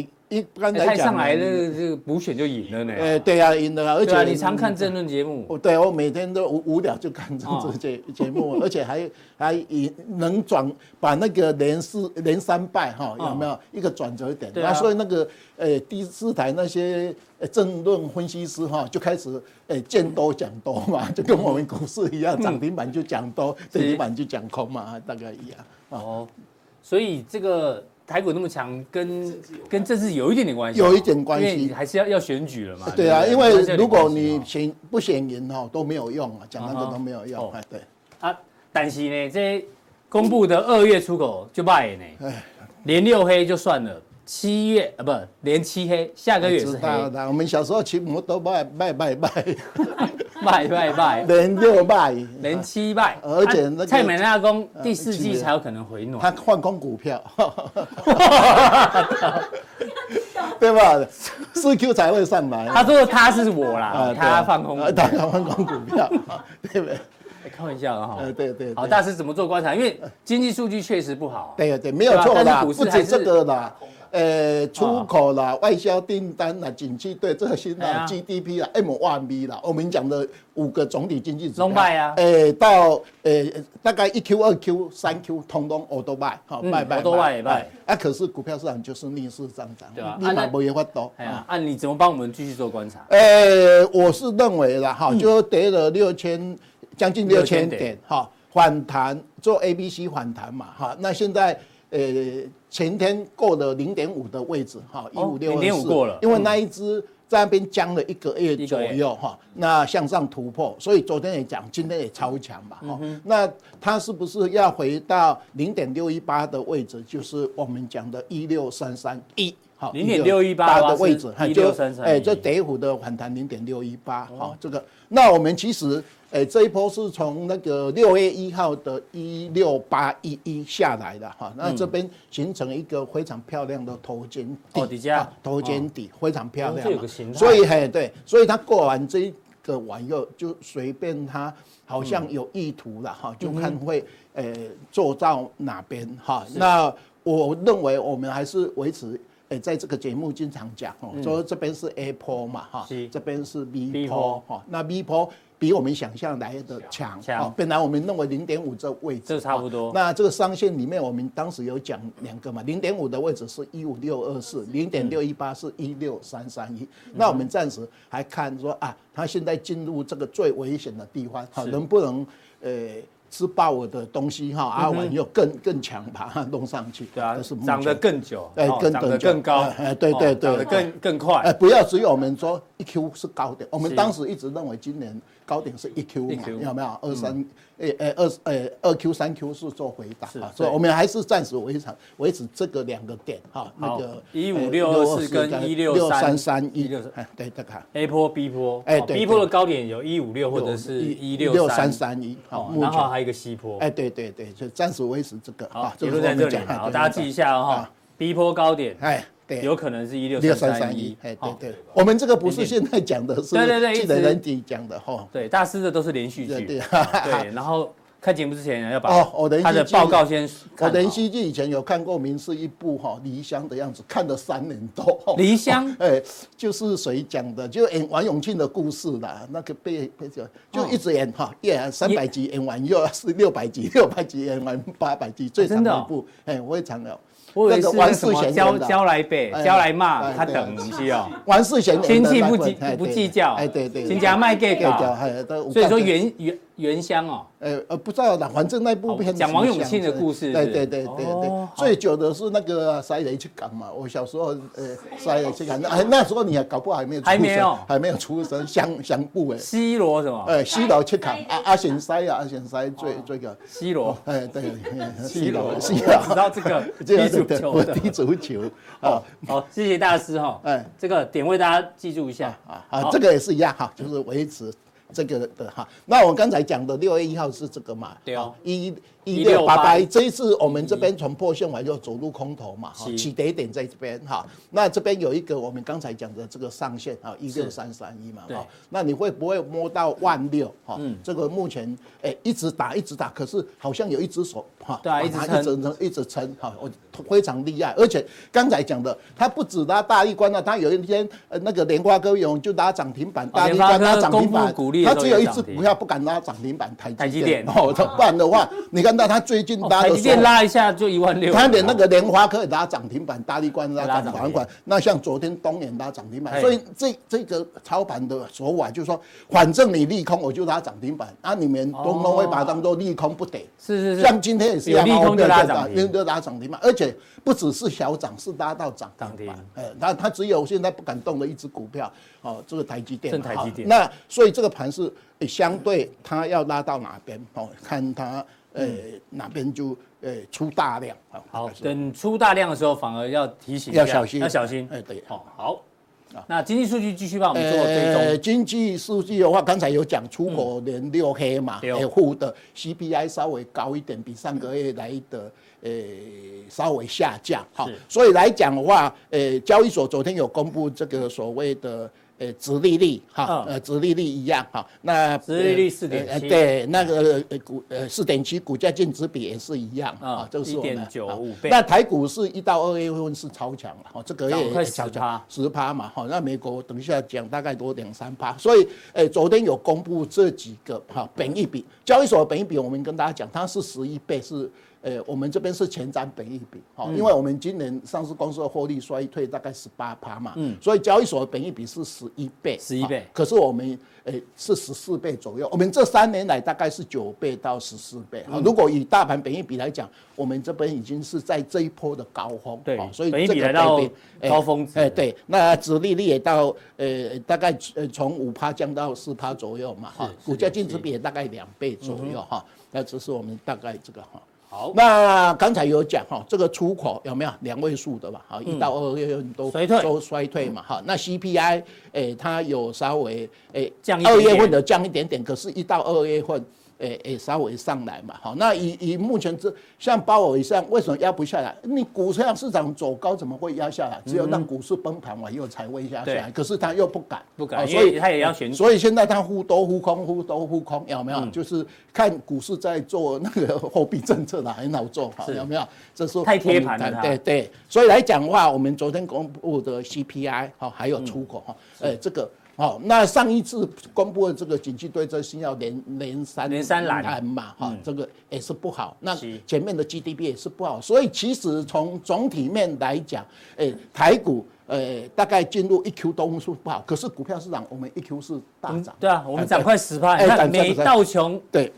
B: 呃，一般
A: 哎
B: 来
A: 太
B: 讲，
A: 上来了，这个补选就赢了呢。
B: 呃，对啊，赢了啊，而
A: 对啊，
B: 且
A: 你常看政论节目，
B: 我哦对我每天都无无聊就看政
A: 哦
B: 治节节目，而 且还还以能转把那个连四连三败哈
A: 哦
B: 有没有一个转折点？
A: 对啊
B: 那所以那个呃第四台那些呃政论分析师哈就开始呃见多讲多嘛， 就跟我们股市一样，涨停板就讲多，
A: 嗯是
B: 跌停板就讲空嘛，大概一样。
A: 哦，所以这个台股那么强，跟跟政治有一点点关系，
B: 有一点关系
A: 因为你还是要要选举了嘛。
B: 对啊，
A: 不
B: 因为
A: 还是有
B: 如
A: 点
B: 果
A: 关系
B: 你
A: 哦
B: 选不选赢哈都没有用啊，讲那
A: 啊哈
B: 个都没有
A: 哦
B: 用。哎，对，
A: 啊，但是呢，这公布的二月出口就败呢，
B: 哎，
A: 连六黑就算了，七月啊不连七黑，下个月也
B: 知
A: 是
B: 道
A: 黑，
B: 的。我们小时候骑摩托拜拜拜拜。
A: 拜拜 拜。
B: 连六败，
A: 连七败，
B: 而且
A: 啊
B: 那个
A: 蔡美娜公第四
B: 呃
A: 季
B: 其实
A: 才有可能回暖。
B: 他换空股票， 对吧？四 Q 才会上来
A: 他说他是我啦，
B: 对
A: 他放空。
B: 啊他换空股票， 对不对？
A: 哎开玩笑的哈。
B: 呃，对对，
A: 好，
B: 对
A: 大师怎么做观察？因为经济数据确实不好。
B: 对对，没有错
A: 对啊但
B: 啦，
A: 是股市
B: 不
A: 还
B: 止
A: 是啊
B: 这个啦，呃，出口啦、外销订单啦、景气对这啊些
A: 哎呀
B: 啦、GDP 啦、M 万 B 啦，我们讲的五个总体经济指标，
A: 拢卖啊
B: 呃，到呃大概一 Q、二 Q、三 Q 通通我都卖，好
A: 嗯
B: 卖卖
A: 我都卖卖。
B: 哎啊，可是股票市场就是逆势上涨
A: 对啊，
B: 立
A: 啊那
B: 马没有法啊多。
A: 哎呀，按你怎么帮我们继续做观察？
B: 呃，我是认为啦，哈，就跌了六千，将近嗯六
A: 6000
B: 千
A: 点
B: 点，哈，反弹做 A、B、C 反弹嘛，哈，那现在呃前天过了零点五的位置，哈，一
A: 哦
B: 五六二
A: 0.5
B: 四，
A: 过了
B: 因为那一只在那边僵了一个月
A: 一
B: 左
A: 个月
B: 右哈，那向上突破，所以昨天也讲，今天也超强嘛，哈，那它是不是要回到零点六一八的位置，就是我们讲的一六三三一？好
A: 0.618
B: 的位置，
A: 是
B: 就
A: 16331
B: 哎，这跌幅的反弹零点六一八，
A: 哦
B: 好，这个，那我们其实，哎，这一波是从那个六月一号的一六八一一下来的哈，那这边形成一个非常漂亮的头肩底，
A: 嗯哦底价
B: 啊头肩底非常漂
A: 哦
B: 亮
A: 这有
B: 啊嘛
A: 个形态
B: 所以嘿，对，所以它过完这一个完又就随便它。好像有意图
A: 嗯
B: 了哈，就看会呃做到哪边哈。那我认为我们还是维持。诶，在这个节目经常讲哦，说这边是 A 坡嘛哈
A: 嗯是，
B: 这边是
A: B
B: B
A: 坡
B: 坡哈，那 B 坡比我们想象来的强
A: 强
B: 哦本来我们认为零点五这位置
A: 这差不多
B: 哦那这个上限里面，我们当时有讲两个嘛，零点五的位置是一五六二四，零点六一八是一六三三一。那我们暂时还看说啊，它现在进入这个最危险的地方，好，
A: 是
B: 能不能呃吃爆我的东西哈？阿婉又更更强把它弄上去，
A: 嗯对啊
B: 这是目，前
A: 涨得更久，
B: 哎
A: 哦
B: 更
A: 涨得
B: 更久
A: 更高
B: 哎，哎对
A: 哦
B: 对对
A: 涨得更更
B: 哎，
A: 快，
B: 不要只有我们说一 Q 是高点，我
A: 是
B: 们当时一直认为今年高点是一 Q 嘛
A: 1Q，
B: 有没有？二三，诶诶二诶二 Q 三 Q 是做回档
A: 嗯是
B: 啊，
A: 对
B: 所以我们还是暂时维持维持这个两个点哈，那个
A: 15624跟
B: 六三三一
A: 163，
B: 哎对，大概
A: A 波 B 波，
B: 哎
A: 哦
B: 对
A: B
B: 对
A: 波的高点有一五六或者是一六
B: 六三
A: 三，
B: 三一，好，
A: 哦
B: 目
A: 然后
B: 前。
A: 还有一个 C 波，
B: 哎，对对对，就暂时维持这个
A: 好
B: 啊，，
A: 结
B: 个
A: 论在
B: 是我
A: 这
B: 们
A: 里
B: 讲
A: 好，
B: 哎
A: 大家记一下哦哈
B: 啊
A: ，B 波高点
B: 哎，对，
A: 有可能是一六哦
B: 六
A: 三
B: 三
A: 三
B: 三
A: 一
B: 一，，哎，对
A: 好
B: 对，我们这个不是现在讲的，是
A: 对对对一
B: 记得
A: 直
B: 人体讲的哈。
A: 对，大师的都是连续剧，
B: 对 对
A: 对，然后看节目之前要把
B: 哦我的
A: 他的
B: 连续剧
A: 报告先看
B: 我
A: 好
B: 连续剧以前有看过《明是一部哈、离乡的样子》，看了三年多。
A: 离乡
B: 哦 哎、就是谁讲的？就演王永庆的故事啦，那个被被就就
A: 哦
B: 一直演哈，演三百集演完又是六百集， 六百集演完八百集，最长
A: 真的哦
B: 的一部，哎、非常的。
A: 我以为是那
B: 王
A: 个
B: 世
A: 什么
B: 贤
A: 教
B: 演
A: 教
B: 的。
A: 来背，
B: 哎
A: 教来骂，
B: 哎
A: 他
B: 对
A: 等不是哦。
B: 王世贤演
A: 亲
B: 的
A: 戚
B: 那
A: 不
B: 款
A: 计
B: 哎
A: 不
B: 对
A: 计较，
B: 哎，对对，
A: 亲家卖给
B: 计较，
A: 搞，
B: 哎，都有
A: 所以说
B: 感觉
A: 原原原乡哦，
B: 呃呃，不知道啦，反正那部片
A: 哦讲王永庆的故事
B: 对
A: 是
B: 对对对对
A: 哦，
B: 最久的是那个啊塞雷去港嘛。我小时候呃，塞雷去港，哎，那时候你还搞不好还没有出
A: 还没有
B: 生，还没有出生，乡乡部哎，
A: 西罗什么？
B: 呃，西楼去港，阿阿贤塞啊，阿贤塞最最个，
A: 西罗，
B: 哎对，
A: 哦西罗，
B: 西
A: 我只知
B: 楼，
A: 道这个 踢
B: 这样
A: 足
B: 对
A: 球
B: 我
A: 的。
B: 踢足球啊
A: 好，谢谢大师哈。
B: 哎
A: 这个点位大家记住一下
B: 啊
A: 好
B: 啊，这个也是一样哈，就是维持。这个的哈，那我刚才讲的六月一号是这个嘛？啊
A: 对哦
B: 一一六八八
A: 1688
B: 这一次我们这边从破线完又走入空头嘛，哈
A: 是，
B: 起跌点在这边哈。那这边有一个我们刚才讲的这个上限啊，一六三三一嘛，
A: 对嗯
B: 哈。那你会不会摸到万六？哈，这个目前诶一直打一直打，可是好像有一只手哈，
A: 对啊
B: 把
A: 一直撑
B: 它一直撑一直撑哈，我非常厉害。而且刚才讲的，它不止拉大力关了，它有一天呃那个莲花歌咏就拉涨停
A: 哦
B: 板，大力关拉涨停
A: 联发科公布
B: 板
A: 股利，的
B: 它
A: 时候
B: 只有
A: 也
B: 一
A: 涨
B: 只
A: 停
B: 股票不敢拉涨停板，台
A: 台积
B: 积电
A: 电
B: 哦，它不然的话，你看到它最近
A: 哦
B: 拉
A: 台
B: 的
A: 积
B: 时候
A: 电。拉一下就一万六，
B: 它连那个莲花科也拉涨停板，大力关拉
A: 拉
B: 涨
A: 涨
B: 停
A: 停
B: 板，那像昨天东眼拉涨停
A: 哎
B: 板，所以这这个操盘的手法就是说，反正你利空我就拉涨停板，啊，你们
A: 哦
B: 东东会把它当做利空不得。
A: 是是
B: 像
A: 是，
B: 今天也是一样
A: 有利
B: 啊，
A: 空
B: 我们有
A: 就拉
B: 看
A: 涨
B: 到
A: 停
B: 利空就拉涨停嘛，而且不只是小涨，是拉到涨
A: 涨停
B: 停板。哎，它它只有现在不敢动的一只股票，哦，这个台积电嘛。
A: 剩台积电
B: 好那所以这个盘是呃相对它要拉到哪边哦，看它呃哪边就呃出大量啊。
A: 嗯好
B: 大概，是
A: 等出大量的时候反而要提醒一下，
B: 要小心，
A: 要小心。
B: 哎，对。
A: 哦，好，那经济数据继续帮我们做追
B: 呃，
A: 踪，嗯
B: 经济数据的话，刚才有讲出口连六黑嘛，
A: 对哦
B: 哎负的 CPI 稍微高一点，比上个月来的呃稍微下降哈
A: 是。
B: 所以来讲的话，呃，交易所昨天有公布这个所谓的。呃，殖利率哈，
A: 嗯
B: 呃，殖利率一样哈，那
A: 殖利率
B: 呃
A: 4.7
B: 呃对，那个呃股呃四点七股价净值比也是一样
A: 嗯
B: 啊，这个是我们
A: 1.95
B: 啊
A: 倍
B: 那台股是一到二月份是超强了，哈，这个月
A: 涨
B: 也
A: 快
B: 超
A: 10%
B: 强十趴嘛，哈，那美国等一下讲大概多两三趴，所以，诶、昨天有公布这几个哈，本益比，交易所的本益比，我们跟大家讲，它是十一倍，是，诶、我们这边是前瞻本益比，哈，因为我们今年上市公司的获利衰退大概十八趴嘛，嗯，所以交易所的本益比是十一倍，
A: 11倍
B: 哈可是我们诶是十四倍左右，我们这三年来大概是九倍到十四倍、啊。如果以大盘本益比来讲，我们这边已经是在这一波的高峰，
A: 对
B: 啊所以
A: 本益
B: 这
A: 比
B: 个
A: 来到
B: 倍比
A: 高峰值
B: 哎、对，那殖利率也到呃大概呃从五趴降到四趴
A: 嗯
B: 左右嘛，哈，股价净值比也大概两倍左右哈，那只是我们大概这个哈。
C: 好
B: 那刚才有讲哈，这个出口有没有两位数的嘛？好，一到二月份都
A: 嗯衰退
B: 都衰退嘛。哈，那 CPI 诶，哎它有稍微诶
A: 降一点
B: 二
A: 点
B: 月份的降一点点，可是，一到二月份。诶诶，稍微上来嘛，好，那以以目前这像鲍尔以上，为什么压不下来？你股票市场走高怎么会压下来？只有让股市崩盘完以后才会压下来，
A: 嗯对
B: 可是他又不敢，
A: 不敢
B: 哦
A: 因
B: 所
A: 为
B: 以
A: 他也要选举嗯
B: 所以现在它忽多忽空，忽多忽空，有没有？就是看股市在做那个货币政策的，很好做哈，
A: 是
B: 有没有？这是
A: 太贴盘了
B: 我们
A: 它
B: 对对，所以来讲的话，我们昨天公布的 CPI 哈，哦还
A: 嗯
B: 有出口哈，哎、这个。哦，那上一次公布的这个景气对称信号连连三
A: 连三蓝
B: 嘛，哈、这个也是不好。那
A: 是
B: 前面的 GDP 也是不好，所以其实从总体面来讲，哎，台股。呃，大概进入一 Q 都是不好，可是股票市场我们一 Q 是大
A: 嗯
B: 涨，
A: 对啊，我们
B: 哎
A: 涨快十趴，
B: 哎
A: 你看
B: 涨
A: 美
B: 涨
A: 道琼
B: 对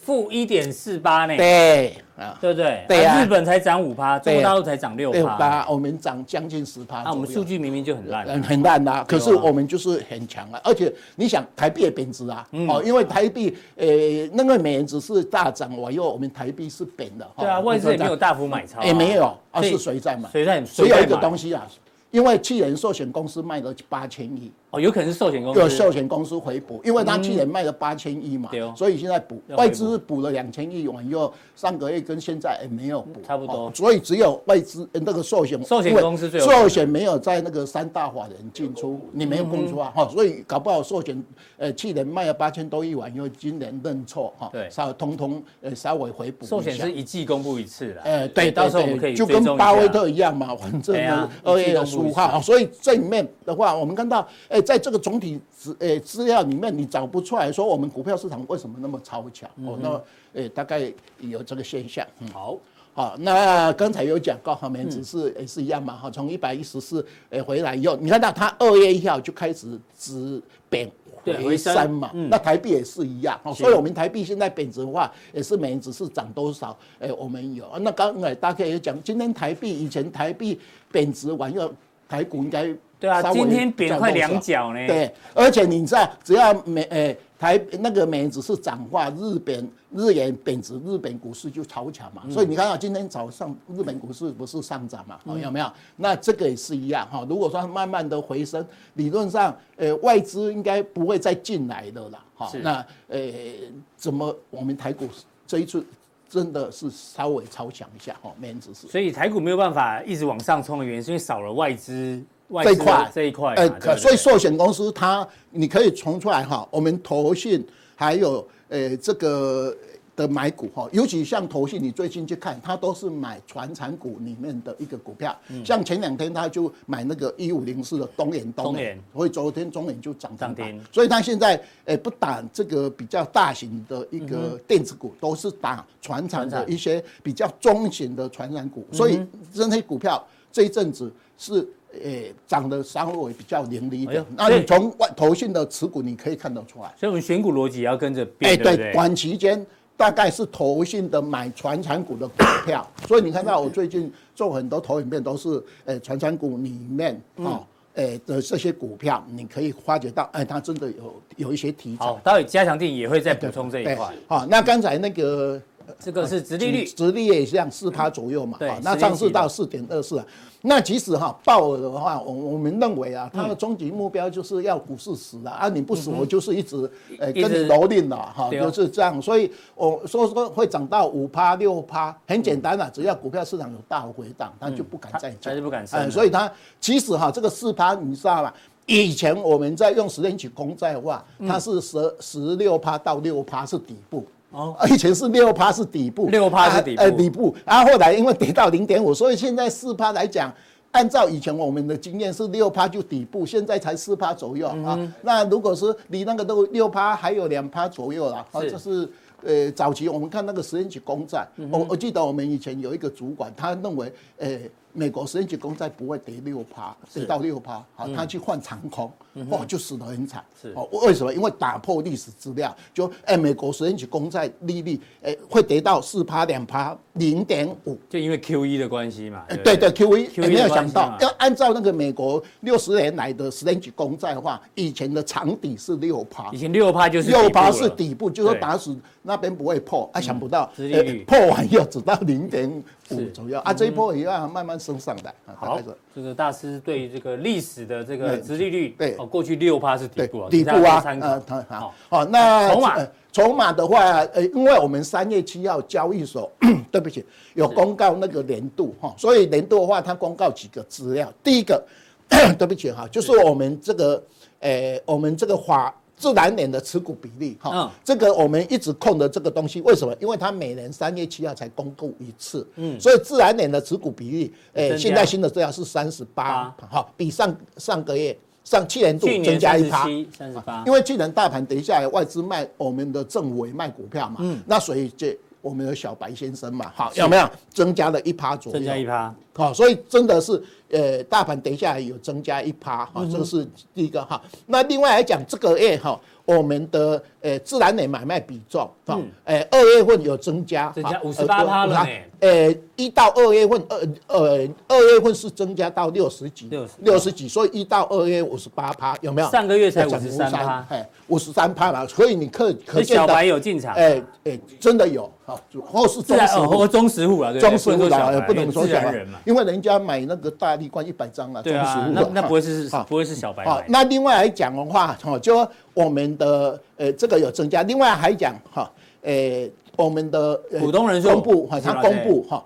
A: 负一点四八呢，
B: 对啊，
A: 对不对？
B: 对啊
A: 日本才涨五趴，中
B: 对
A: 国
B: 啊
A: 大陆才涨六
B: 对
A: 趴，
B: 吧？我们涨将近十趴，
A: 那我们数据明明就很烂，
B: 很很烂
A: 啊
B: 啦、可是我们就是很强啊，而且你想台币也贬值啊，
A: 嗯
B: 哦，因为台币呃那个美元只是大涨，我又我们台币是贬的，哦
A: 对啊，外资也没有，大幅买超啊，
B: 也没有，啊
A: 所以
B: 是谁在买？
A: 谁在
B: 只
A: 谁
B: 有
A: 在
B: 一个
A: 买
B: 东西啊，因为去年寿险公司卖了八千亿，
A: 哦，有可能是寿险公
B: 有
A: 司嗯
B: 寿险公司回补，因为他去年卖了八千亿嘛
A: 对哦，
B: 所以现在补
A: 要回补
B: 外资补了两千亿完以后，上个月跟现在也没有补，
A: 差不多
B: 哦所以只有外资呃那个寿险
A: 寿险
B: 因为
A: 公司最有嗯
B: 寿险没有在那个三大法人进出，你没有供出啊，哈，所以搞不好寿险呃去年卖了八千多亿完以后，今年认错哈，
A: 对
B: 稍微通通呃稍微回补一下
A: 寿险是一季公布一次啦，
B: 哎，对，
A: 到时候
B: 对
A: 我们可以
B: 就
A: 追
B: 跟
A: 踪一
B: 巴
A: 下
B: 菲特一样嘛，反正
A: 哎呀
B: 呢二
A: 一季
B: 月
A: 公布
B: 十五
A: 一
B: 号，
A: 次
B: 哦所以这里面的话，我们看到，哎，在这个总体资哎资料里面，你找不出来说我们股票市场为什么那么超强，
A: 嗯
B: 哦，那哎大概有这个现象，嗯。
A: 好，
B: 好，那刚才有讲高航棉
A: 嗯
B: 只是也是一样嘛，哈，从一百一十四诶回来以后，你看到它二月一号就开始止贬
A: 对
B: 回
A: 回升嗯
B: 三嘛，那台币也是一样，哦，
A: 是
B: 所以我们台币现在贬值的话，也是美元只是涨多少，诶，我们有。那刚才大概也讲，今天台币以前台币贬值完以后，台股应该
A: 对啊
B: 稍，微
A: 今天贬
B: 涨
A: 快
B: 多少
A: 两角呢，
B: 对，而且你知道，只要美诶、台那个美元只是涨化，日本日元贬值，日本股市就超强嘛。
A: 嗯
B: 所以你看到今天早上日本股市不是上涨嘛？
A: 嗯
B: 哦，有没有？那这个也是一样哈、如果说它慢慢的回升，理论上诶、呃外资应该不会再进来的啦。哈、
A: 是
B: 那诶、呃怎么我们台股这一次真的是稍微超强一下哈、美元指数。
A: 所以台股没有办法一直往上冲的原因，是因为少了外资外资
B: 这一块
A: 的这一块嘛，
B: 呃，
A: 对不
B: 可
A: 对
B: 所以寿险公司它你可以从出来哈，我们投信还有呃这个的买股哈，尤其像投信，你最近去看，它都是买传产股里面的一个股票，
A: 嗯
B: 像前两天它就买那个一五零四的东联
A: 东
B: 东
A: 联
B: 联，所以昨天中联就涨停
A: 涨
B: 板
A: 停，
B: 所以它现在呃不打这个比较大型的一个电子股，都是打传产
A: 嗯传
B: 的
A: 产嗯
B: 一些比较中型的传染股，所以这些股票这一阵子是。诶，涨得稍微比较凌厉一
A: 哎呦
B: 点。那
A: 所以
B: 你从外投信的持股，你可以看得出来。
A: 所以我们选股逻辑也要跟着
B: 哎，
A: 变，对不对？
B: 短期间大概是投信的买传产股的股 票，所以你看到我最近做很多投影片都是呃传产股里面
A: 嗯
B: 哦，诶的这些股票，你可以发觉到，哎，它真的有有一些题材
A: 好，。待会加强定也会再补充这一
B: 哎对嗯
A: 块，
B: 好，那刚才那个
A: 这个是直利率，
B: 直利也像四趴左右嘛，
A: 对
B: 啊
A: 10
B: 那上市到四点二四，啊那其实哈，鲍尔的话，我我们认为啊，
A: 嗯
B: 它的终极目标就是要股市死啊，啊你不死，我就是一直呃
A: 一
B: 跟
A: 直
B: 你蹂躏了哈，
A: 对哦
B: 就是这样，所以我说说会涨到五趴六趴，很简单啊啦，只要股票市场有大回档，它就不敢再
A: 它
B: 涨
A: 嗯它就不敢升
B: 哎
A: 了
B: 所以它其实哈，这个四趴你知道吧？以前我们在用十年期公债的话，
A: 嗯
B: 它是十十六趴到六趴是底部。
A: 哦
B: 哦，以前是六趴是底部，
A: 6%是底部
B: 啊呃，底部。然后后来因为跌到零点五，所以现在四趴来讲，按照以前我们的经验是六趴就底部，现在才四趴左右、
A: 嗯
B: 啊。那如果是离那个都六趴还有两趴左右啦，啊，
A: 是嗯
B: 这是。呃，早期我们看那个实验期公债，我我记得我们以前有一个主管，他认为，呃，美国十年期公债不会跌六趴，跌到六趴，好，他去换长空，哇，就死得很惨。
A: 嗯是
B: 哦，为什么？因为打破历史资料，就哎，美国十年期公债利率哎会跌到四趴、两趴、零点五。
A: 就因为 Q E 的关系嘛。
B: 哎
A: 不
B: 对对，QE
A: ，QE
B: 也没有想
A: E 的
B: 到
A: 关，系
B: 要
A: 嘛
B: 按照那个美国六十年来的十年期公债的话，以前的长底是六趴
A: 以，前六趴就是
B: 六
A: 底
B: 趴
A: 部
B: 是
A: 了
B: 底部，就是说
A: 对嗯
B: 打死那边不会破，啊，想不到
A: 殖利
B: 呃
A: 率
B: 破完又只到零点五
A: 是
B: 左右，啊，这一波也要慢慢升上来。啊大
A: 好
B: 概是，
A: 这个大师对于这个历史的这个
B: 对
A: 殖利率，
B: 对
A: 哦，过去六趴是底
B: 对
A: 部啊，
B: 底
A: 给大家
B: 部
A: 做
B: 啊，
A: 参考
B: 呃，它好，好，那
A: 筹码
B: 呃筹码的话，呃，因为我们三月七号交易所，对不起，有公告那个年度哈，所以年度的话，它公告几个资料，第一个， 对不起哈，就是我们这个，呃，我们这个法。自然脸的持股比例哈，
A: 嗯
B: 这个我们一直控的这个东西，为什么？因为它每年三月七号才公布一次，嗯，所以自然脸的持股比例，
A: 增
B: 呃，
A: 加
B: 现在新的资料是三十八，哈，比上上个月上去年度
A: 去年
B: 增加
A: 三
B: 一
A: 十
B: 趴，
A: 七、三十八
B: 因，为去年大盘跌下来，外资卖我们的政委卖股票嘛，
A: 嗯
B: 那所以这我们的小白先生嘛，好有没有增加了一趴左右？
A: 增加一趴，
B: 好、所以真的是，呃，大盘跌下来有增加一趴，哈、
A: 嗯
B: 这个是第一个哈、那另外来讲，这个月哈、我们的呃自然类买卖比重，哈、呃，二月份有增加，
A: 嗯增加
B: 哈
A: 58趴了呢
B: 呃，一到二月份，二呃二月份是增加到六十几，
A: 60
B: 六十几，所以一到二月五十八趴，有没有？
A: 上个月才
B: 有涨
A: 53趴
B: 哎，五十三趴嘛，所以你可
A: 所
B: 可
A: 以
B: 见
A: 小
B: 到，
A: 白有进场，
B: 哎哎，真的有，哈、或是
A: 自
B: 中
A: 然
B: 实
A: 哦，
B: 户
A: 或中实户了，对不对
B: 装饰
A: 不
B: 物
A: 能说小
B: 的，
A: 白
B: 呃不能说
A: 自
B: 小
A: 然
B: 白
A: 人嘛，，
B: 因为人家买那个大力罐一百张啊，装
A: 对
B: 饰
A: 啊
B: 物，
A: 那
B: 的
A: 那
B: 哈
A: 不会是
B: 好
A: 不会是小白
B: 好
A: 买，的，
B: 那另外来讲的话，哈，就我们的呃这个有增加，另外还讲哈，呃我们的呃
A: 股东人数
B: 公布哈，
A: 是吧
B: 它公布哈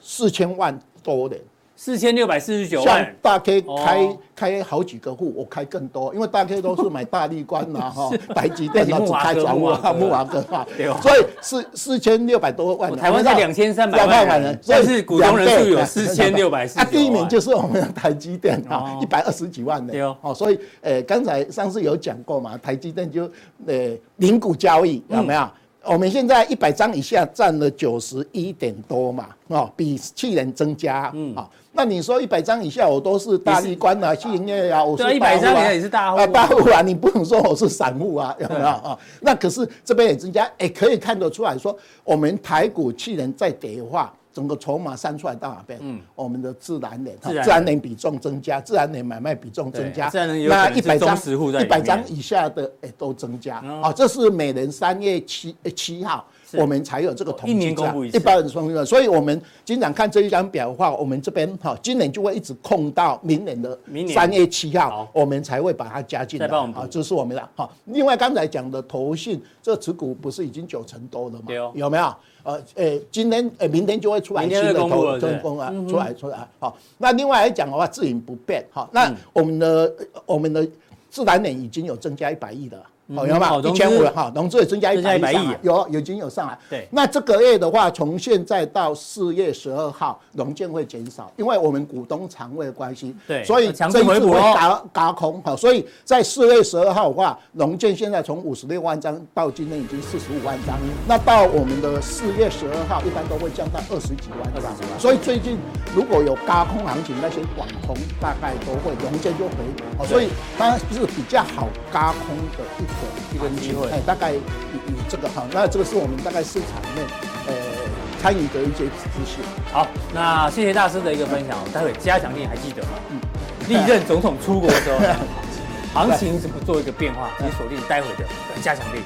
B: 四千万多人，
A: 四千六百四十九
B: 像
A: 万，
B: 大 K
A: 哦
B: 开开好几个户，我开更多，因为大 K 都是买大力关 呐哈，台积电啊，
A: 那你
B: 只
A: 木华
B: 开
A: 哥
B: 转
A: 木
B: 我
A: 华哥
B: 木华哥哈
A: 对哦，
B: 所以四四千六百多万啊
A: 我
B: 人，
A: 台湾才两千三百
B: 两
A: 万
B: 万
A: 人
B: 人，，
A: 但是股东人数有
B: 两倍
A: 四千六百四
B: 啊，
A: 十
B: 第一
A: 九
B: 名
A: 万，
B: 就是我们的台积电啊
A: 哦，
B: 一百二十几万呢
A: 对哦。
B: 哦，所以呃，刚才上次有讲过嘛，台积电就呃零股交易
A: 嗯
B: 有没有？我们现在一百张以下占了九十一点多嘛，哦，比去年增加。嗯，啊，那你说一百张以下，我都是大力关啊、企业啊，我是
A: 对啊
B: 大户
A: 100张以下也是大户啊
B: 啊，大户啊，你不能说我是散户 啊，有没有啊？那可是这边也增加，哎，可以看得出来说，我们台股去年再跌的话。整个筹码散出来到哪边？嗯，我们的自然脸，
A: 自然脸
B: 自然脸比重增加，自然脸买卖比重增加，
A: 对自然脸有可能是
B: 一百
A: 中
B: 张
A: 实户在里
B: 一
A: 面哦
B: 百张以下的哎都增加。好，这是每年三月七呃七号
A: 是哦
B: 我们才有这个统计
A: 一年
B: 资料
A: 公布一次
B: 般人充裕了，所以我们经常看这一张表的话，我们这边哈，今年就会一直空到明年的
A: 明年
B: 三月七
A: 好
B: 号，我们才会把它加进来。
A: 再帮我们补
B: 好这是我们的好。另外刚才讲的投信，这持股不是已经九成多了吗
A: 对哦？
B: 有没有？呃呃，今天呃明天就会出来
A: 明
B: 新
A: 天
B: 的
A: 就公布了
B: 投
A: 对嗯
B: 真公啊，出来出来。好，那另外来讲的话，自营不变。好，
A: 嗯
B: 那我们的呃我们的自然脸已经有增加一百亿了。好，有
A: 嗯好
B: 吗？一
A: 融资
B: 千五了哈，融资也增加一
A: 增加100
B: 百
A: 亿
B: 亿上来，有有已经有上来。
A: 对
B: 那这个月的话，从现在到四月十二号，融券会减少，因为我们股东常会的关系，
A: 对
B: 所以
A: 强
B: 这
A: 制
B: 一
A: 回
B: 次
A: 补
B: 会
A: 咯
B: 打打空哈，所以在四月十二号的话，融券现在从五十六万张到今天已经四十五万张，那到我们的四月十二号，一般都会降到二十几万张
A: 20几，万
B: 所以最近如果有轧空行情，那些短空大概都会融券就回补，好所以它是比较好轧空的一个
A: 一个机会
B: 哎，大概以以这个哈，那这个是我们大概市场内呃参与的一些资讯。
A: 好，那谢谢大师的一个分享哦，待会加强力还记得吗？历任总统出国的时候呢，行情怎么做一个变化？你锁定待会的加强力。